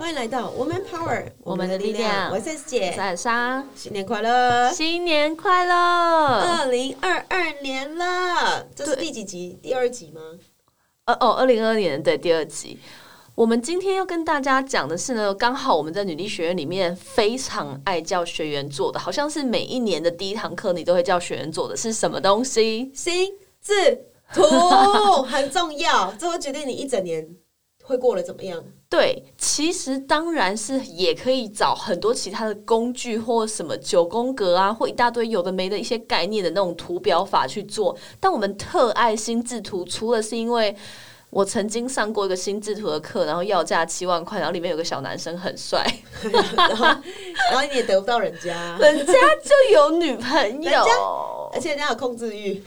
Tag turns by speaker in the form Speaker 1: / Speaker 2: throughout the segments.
Speaker 1: 迎来到 Woman Power，
Speaker 2: 我们的力量
Speaker 1: 我是 S 姐，
Speaker 2: 闪莎，
Speaker 1: 新年快乐！
Speaker 2: 新年 快乐！
Speaker 1: 二零二二年了，这是第几集？第二集吗？
Speaker 2: 呃哦，二零二二年对第二集，我们今天要跟大家讲的是呢，刚好我们在女力学院里面非常爱叫学员做的，好像是每一年的第一堂课你都会叫学员做的是什么东西？
Speaker 1: 心智 图很重要，这会决定你一整年会过得怎么样。
Speaker 2: 对，其实当然是也可以找很多其他的工具或什么九宫格啊，或一大堆有的没的一些概念的那种图表法去做。但我们特爱心智图，除了是因为我曾经上过一个心智图的课，然后要价七万块，然后里面有个小男生很帅，
Speaker 1: 然后，然后你也得不到人家，
Speaker 2: 人家就有女朋
Speaker 1: 人家
Speaker 2: 友，
Speaker 1: 而且人家有控制欲，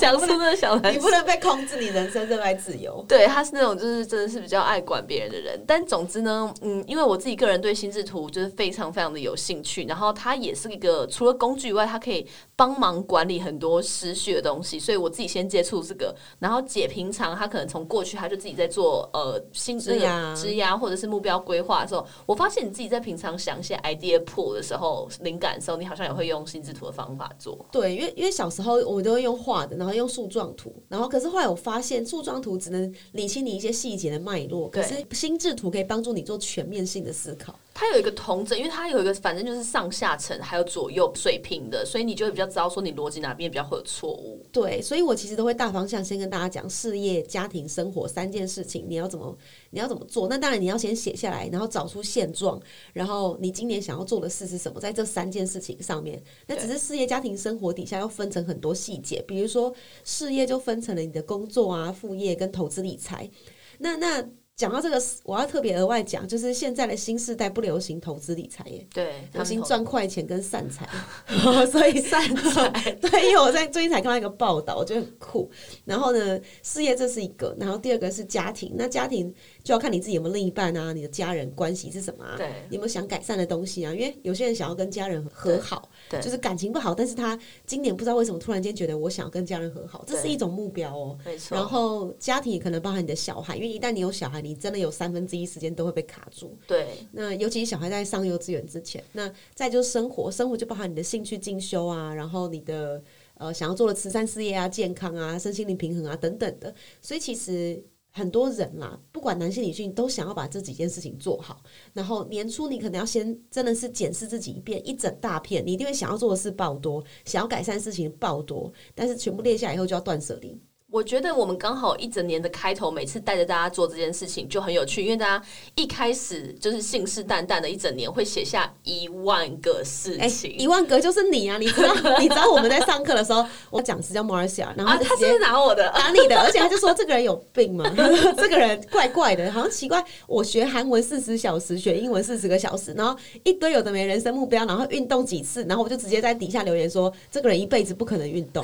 Speaker 2: 讲出那个小男
Speaker 1: 你
Speaker 2: 生
Speaker 1: 不。能被控制，你人生热爱自由。
Speaker 2: 对，他是那种就是真的是比较爱管别人的人。但总之呢，嗯，因为我自己个人对心智图就是非常非常的有兴趣，然后它也是一个除了工具以外，它可以帮忙管理很多思绪的东西，所以我自己先接触这个。然后姐平常她可能从过去她就自己在做呃心
Speaker 1: 职涯
Speaker 2: 职涯或者是目标规划的时候，我发现你自己在平常想一些 idea pool 的时候，灵感的时候，你好像也会用心智图的方法做。
Speaker 1: 对，因为因为小时候我都会用画的，然后用树状图，然后可是后来我发现树状图只能理清你一些细节的脉络，可
Speaker 2: 对
Speaker 1: 是心智图可以帮助你做全面性的思考。
Speaker 2: 它有一个同整，因为它有一个反正就是上下层还有左右水平的，所以你就会比较知道说你逻辑哪边比较会有错误。
Speaker 1: 对，所以我其实都会大方向先跟大家讲事业、家庭、生活三件事情，你要怎么你要怎么做。那当然你要先写下来，然后找出现状，然后你今年想要做的事是什么，在这三件事情上面。那只是事业、家庭、生活底下要分成很多细节，比如说事业就分成了你的工作啊、副业跟投资理财。那那讲到这个，我要特别额外讲，就是现在的新世代不流行投资理财耶。
Speaker 2: 对，
Speaker 1: 流
Speaker 2: 他
Speaker 1: 行
Speaker 2: 们
Speaker 1: 赚快钱跟散财， 所以散财 对，因为我在最近才看到一个报道，我觉得很酷。然后呢，事业这是一个，然后第二个是家庭，那家庭就要看你自己有没有另一半啊，你的家人关系是什么啊？
Speaker 2: 对
Speaker 1: 你有没有想改善的东西啊？因为有些人想要跟家人和好，
Speaker 2: 对
Speaker 1: 就是感情不好，但是他今年不知道为什么突然间觉得我想要跟家人和好，这是
Speaker 2: 对
Speaker 1: 一种目标哦。
Speaker 2: 没错，
Speaker 1: 然后家庭也可能包含你的小孩，因为一旦你有小孩，你真的有三分之一时间都会被卡住。
Speaker 2: 对
Speaker 1: 那尤其是小孩在上幼稚园之前，那再就是生活，生活就包含你的兴趣进修啊，然后你的呃想要做的慈善事业啊、健康啊、身心灵平衡啊等等的。所以其实很多人啦，不管男性女性，都想要把这几件事情做好。然后年初你可能要先真的是检视自己一遍，一整大片，你一定会想要做的事爆多，想要改善事情爆多，但是全部列下来以后就要断舍离。
Speaker 2: 我觉得我们刚好一整年的开头，每次带着大家做这件事情就很有趣，因为大家一开始就是信誓旦旦的一整年会写下一万个事
Speaker 1: 哎、
Speaker 2: 情。
Speaker 1: 一万格就是你啊！你知道，你知道我们在上课的时候，我讲师叫 Marcia，然后
Speaker 2: 啊，
Speaker 1: 就
Speaker 2: 他
Speaker 1: 直接
Speaker 2: 是拿我的，
Speaker 1: 打你的，而且他就说这个人有病嘛， 这个人怪怪的，好像奇怪。我学韩文四十小时，学英文四十个小时，然后一堆有的没人生目标，然后运动几次，然后我就直接在底下留言说，这个人一辈子不可能运 动。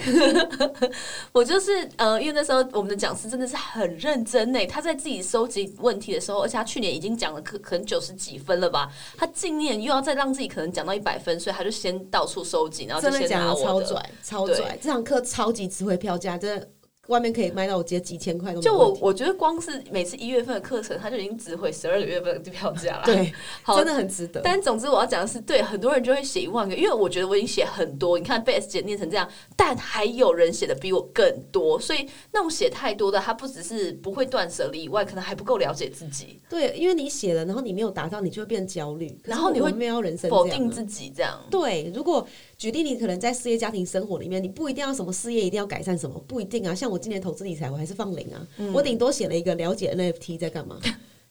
Speaker 2: 我就是呃，因为那时候我们的讲师真的是很认真呢，他在自己收集问题的时候，而且他去年已经讲了可可能九十几分了吧，他今年又要再让自己可能讲到一百分，所以他就先到处收集，然后
Speaker 1: 真
Speaker 2: 就
Speaker 1: 的
Speaker 2: 先
Speaker 1: 讲
Speaker 2: 拿
Speaker 1: 的超
Speaker 2: 我的。
Speaker 1: 拽，超
Speaker 2: 对
Speaker 1: 拽！这堂课超级值回票价，真的外面可以卖到我觉得几千块都没
Speaker 2: 就
Speaker 1: 问
Speaker 2: 我
Speaker 1: 题
Speaker 2: 我觉得光是每次一月份的课程，他就已经值回十二个 月份的票价了。
Speaker 1: 对，
Speaker 2: 好
Speaker 1: 真的很值得。
Speaker 2: 但总之我要讲的是，对很多人就会写一万个，因为我觉得我已经写很多，你看被 S 姐念成这样，但还有人写的比我更多，所以那种写太多的，他不只是不会断舍离以外，可能还不够了解自己，
Speaker 1: 对，因为你写了，然后你没有达到，你就会变焦虑，可是
Speaker 2: 然后你
Speaker 1: 我
Speaker 2: 会
Speaker 1: 没有人生
Speaker 2: 否
Speaker 1: 这样
Speaker 2: 定
Speaker 1: 啊
Speaker 2: 自己这样。
Speaker 1: 对，如果举例，你可能在事业、家庭、生活里面，你不一定要什么事业，一定要改善什么，不一定啊。像我今年投资理财，我还是放零啊，我顶多写了一个了解 NFT 在干嘛，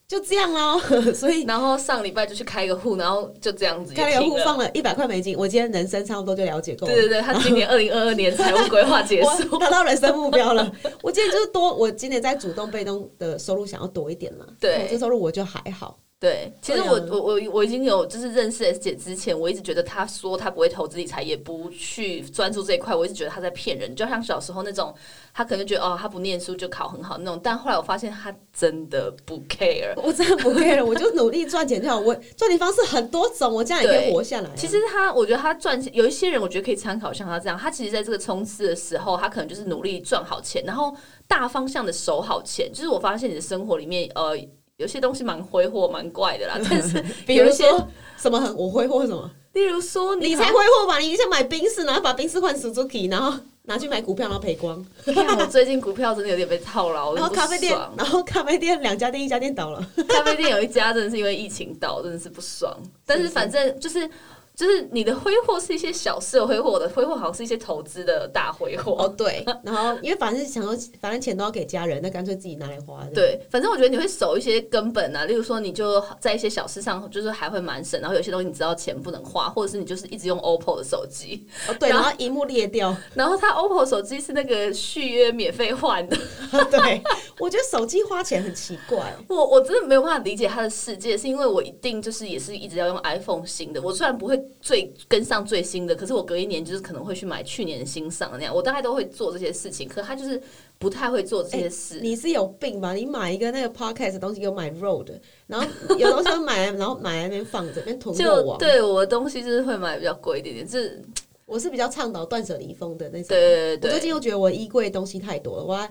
Speaker 1: 就这样喽。所以
Speaker 2: 然后上礼拜就去开一个户，然后就这样子也
Speaker 1: 开了个
Speaker 2: 停
Speaker 1: 户放了一百块美金，我今天人生差不多就了解够了
Speaker 2: 对。对对，他今年二零二二年财务规划结束，
Speaker 1: 我达到人生目标了。我今年就是多，我今年在主动被动的收入想要多一点了。
Speaker 2: 对
Speaker 1: 投资收入我就还好。
Speaker 2: 对，其实
Speaker 1: 对啊
Speaker 2: 我、我我我已经有就是认识 S 姐之前，我一直觉得她说她不会投资理财，也不去专注这一块，我一直觉得她在骗人。就像小时候那种，她可能觉得哦，她不念书就考很好那种，但后来我发现她真的不 care。
Speaker 1: 我真的不 care，我就努力赚钱就好。我赚钱方式很多种，我这样也可以
Speaker 2: 对
Speaker 1: 活下来啊、
Speaker 2: 其实她，我觉得她赚钱，有一些人我觉得可以参考像她这样，她其实在这个冲刺的时候，她可能就是努力赚好钱，然后大方向的守好钱。就是我发现你的生活里面，呃，有些东西蛮挥霍、蛮怪的啦，但是
Speaker 1: 比
Speaker 2: 有
Speaker 1: 如
Speaker 2: 一些，
Speaker 1: 说什么很我挥霍什么，
Speaker 2: 例如说
Speaker 1: 你才挥霍吧？你想买宾士，然后把宾士换 Suzuki，然后拿去买股票，然后赔光。
Speaker 2: 看我最近股票真的有点被套牢，我
Speaker 1: 然
Speaker 2: 真
Speaker 1: 后
Speaker 2: 的
Speaker 1: 哦咖
Speaker 2: 不
Speaker 1: 啡店
Speaker 2: 爽，。
Speaker 1: 然后咖啡店两家店，一家店倒了。
Speaker 2: 咖啡店有一家真的是因为疫情倒，真的是不爽。但是反正就是就是你的挥霍是一些小事的挥霍，我的挥霍好像是一些投资的大挥霍。
Speaker 1: 哦，对， 然后因为反正想说，反正钱都要给家人，那干脆自己拿来花。，
Speaker 2: 对，反正我觉得你会守一些根本啊，例如说你就在一些小事上就是还会蛮省，然后有些东西你知道钱不能花，或者是你就是一直用 OPPO 的手机，
Speaker 1: 哦对，
Speaker 2: 然
Speaker 1: 然
Speaker 2: 后
Speaker 1: 后荧幕裂掉。
Speaker 2: 然后它 OPPO 手机是那个续约免费换的，
Speaker 1: 对，我觉得手机花钱很奇怪。
Speaker 2: 我我真的没有办法理解他的世界，是因为我一定就是也是一直要用 iPhone 新的，我虽然不会最跟上最新的，可是我隔一年就是可能会去买去年新上的那样，我大概都会做这些事情，可他就是不太会做这些事。
Speaker 1: 你是有病吧？你买一个那个 podcast 的东西，给我买 road，然后有东西要买来， 然后买来那边放着，变囤货啊
Speaker 2: 就
Speaker 1: 网。
Speaker 2: 对我的东西就是会买比较贵一点点，就是
Speaker 1: 我是比较倡导断舍离风的那种。
Speaker 2: 对对
Speaker 1: 我最近
Speaker 2: 对，
Speaker 1: 又觉得我衣柜东西太多了，我要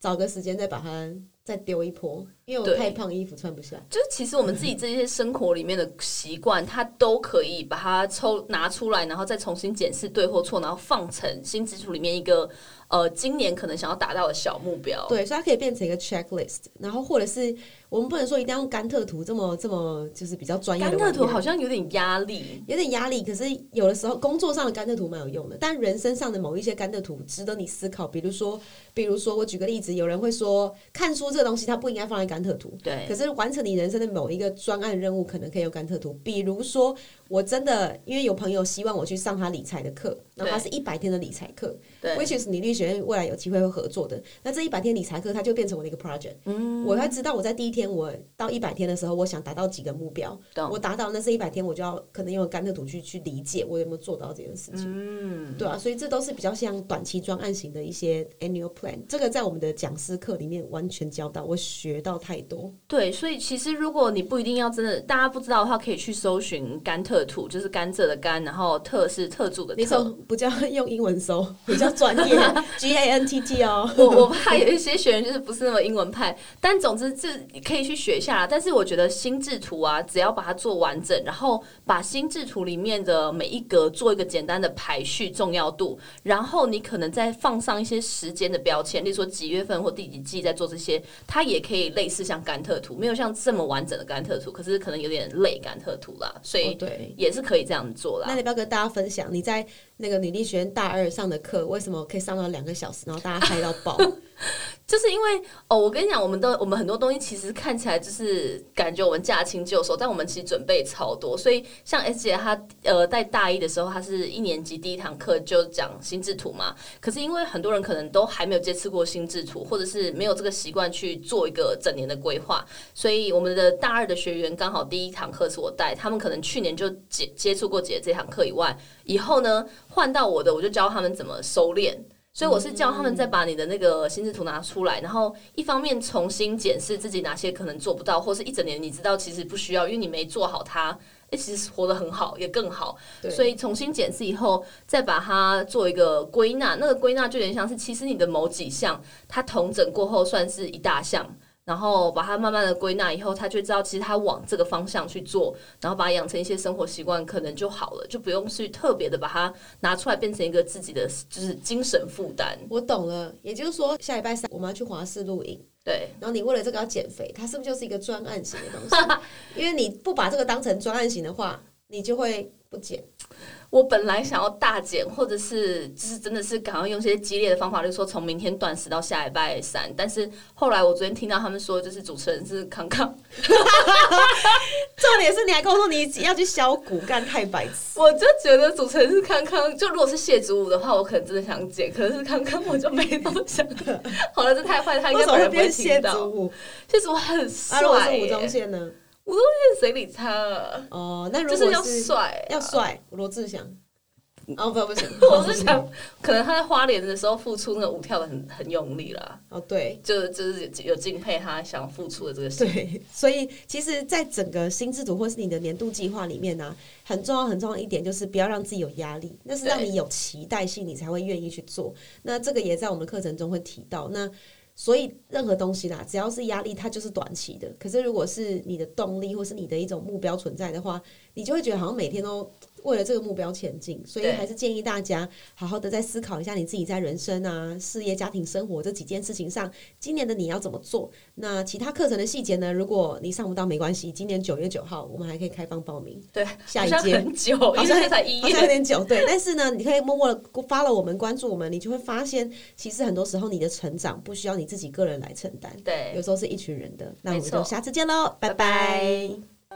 Speaker 1: 找个时间再把它再丢一波，因为我
Speaker 2: 对
Speaker 1: 太胖，衣服穿不下。
Speaker 2: 就是其实我们自己这些生活里面的习惯，它都可以把它抽拿出来，然后再重新检视对或错，然后放成新支出里面一个呃今年可能想要达到的小目标。
Speaker 1: 对，所以它可以变成一个 checklist，然后或者是我们不能说一定要用甘特图这么这么就是比较专业的
Speaker 2: 甘
Speaker 1: 玩
Speaker 2: 特
Speaker 1: 意
Speaker 2: 图
Speaker 1: 儿
Speaker 2: 好像有点压力，
Speaker 1: 有点压力，可是有的时候工作上的甘特图蛮有用的，但人身上的某一些甘特图值得你思考。比如说，比如说，我举个例子，有人会说看书这个东西它不应该放在甘特图，
Speaker 2: 对，
Speaker 1: 可是完成你人生的某一个专案任务，可能可以用甘特图。比如说，我真的因为有朋友希望我去上他理财的课，然后他是一百天的理财课
Speaker 2: 对
Speaker 1: ，which is 你律学院未来有机会会合作的。那这一百天理财课，它就变成我的一个 project。嗯，我要知道我在第一天我到一百天的时候，我想达到几个目标
Speaker 2: 懂。
Speaker 1: 我达到那是一百天，我就要可能用甘特图去去理解我有没有做到这件事情。嗯，对啊，所以这都是比较像短期专案型的一些 annual plan。这个在我们的讲师课里面完全教到，我学到太多。
Speaker 2: 对，所以其实如果你不一定要真的，大家不知道的话，可以去搜寻甘特图，就是甘蔗的甘，然后特是特助的
Speaker 1: 你
Speaker 2: 特。
Speaker 1: 手不叫用英文搜， 比较专业，G A N T T 哦。
Speaker 2: 我我怕有一些学员就是不是那么英文派，但总之这可以去学一下啦。但是我觉得心智图啊，只要把它做完整，然后把心智图里面的每一格做一个简单的排序重要度，然后你可能再放上一些时间的标签，例如说几月份或第几季在做这些，它也可以类似像甘特图，没有像这么完整的甘特图，可是可能有点累甘特图啦，所
Speaker 1: 哦
Speaker 2: 以
Speaker 1: 对
Speaker 2: 也是可以这样做啦
Speaker 1: 那。你不要跟大家分享你在那个女力学院大二上的课，为什么可以上到两个小时，然后大家嗨到 爆？
Speaker 2: 就是因为哦，我跟你讲，我们的我们很多东西其实看起来就是感觉我们驾轻就熟，但我们其实准备超多。所以像 S 姐她呃在大一的时候，她是一年级第一堂课就讲心智图嘛。可是因为很多人可能都还没有接触过心智图，或者是没有这个习惯去做一个整年的规划，所以我们的大二的学员刚好第一堂课是我带，他们可能去年就接接触过姐这堂课以外，以后呢换到我的，我就教他们怎么收敛。所以我是教他们再把你的那个心智图拿出来，然后一方面重新检视自己哪些可能做不到，或是一整年你知道其实不需要，因为你没做好它，诶，其实活得很好，也更好。
Speaker 1: 对
Speaker 2: 所以重新检视以后，再把它做一个归纳，那个归纳就有点像是其实你的某几项，它统整过后算是一大项。然后把它慢慢的归纳以后，他就知道其实他往这个方向去做，然后把它养成一些生活习惯，可能就好了，就不用去特别的把它拿出来变成一个自己的就是精神负担。
Speaker 1: 我懂了，也就是说下礼拜三我们要去华氏露营，
Speaker 2: 对，
Speaker 1: 然后你为了这个要减肥，它是不是就是一个专案型的东 西？因为你不把这个当成专案型的话，你就会不减。
Speaker 2: 我本来想要大减，或者是就是真的是赶快用一些激烈的方法，就是说从明天断食到下礼拜三。但是后来我昨天听到他们说，就是主持人是康康，
Speaker 1: 重点是你还跟我说你要去削骨干，太白痴。
Speaker 2: 我就觉得主持人是康康。就如果是谢祖武的话，我可能真的想减，可是康康我就没那么想。好了，这太坏，他应
Speaker 1: 为
Speaker 2: 该
Speaker 1: 什么会
Speaker 2: 本人不会
Speaker 1: 变
Speaker 2: 听
Speaker 1: 谢
Speaker 2: 到
Speaker 1: 祖。武？
Speaker 2: 谢祖武很帅、
Speaker 1: 啊，
Speaker 2: 欸，
Speaker 1: 如果是吴宗宪呢？
Speaker 2: 吴宗宪谁理他啊？
Speaker 1: 哦，那如
Speaker 2: 就
Speaker 1: 果
Speaker 2: 是要帅、
Speaker 1: 要。帅，罗志祥。哦，不，不行，
Speaker 2: 我 是想，可能他在花莲的时候付出那个舞跳的很很用力啦，
Speaker 1: 哦，对
Speaker 2: 就就是有敬佩他想付出的这个心
Speaker 1: 对，所以其实，在整个心智图或是你的年度计划里面呢、很重要很重要一点就是不要让自己有压力，那是让
Speaker 2: 对
Speaker 1: 你有期待性，你才会愿意去做。那这个也在我们课程中会提到。那所以任何东西啦，只要是压力，它就是短期的。可是如果是你的动力或是你的一种目标存在的话，你就会觉得好像每天都为了这个目标前进。所以
Speaker 2: 对
Speaker 1: 还是建议大家好好的再思考一下你自己在人生啊、事业、家庭、生活这几件事情上，今年的你要怎么做？那其他课程的细节呢？如果你上不到没关系，今年九月九号我们还可以开放报名。
Speaker 2: 对，
Speaker 1: 下一
Speaker 2: 好像
Speaker 1: 届
Speaker 2: 很久，
Speaker 1: 好
Speaker 2: 因为
Speaker 1: 像
Speaker 2: 现在才一
Speaker 1: 好像有
Speaker 2: 月。
Speaker 1: 点久，对。但是呢，你可以默默的 follow 我们，关注我们，你就会发现，其实很多时候你的成长不需要你自己个人来承担，有
Speaker 2: 对，
Speaker 1: 时候是一群人的。那我
Speaker 2: 没
Speaker 1: 们
Speaker 2: 错
Speaker 1: 就下次见喽，拜拜
Speaker 2: 拜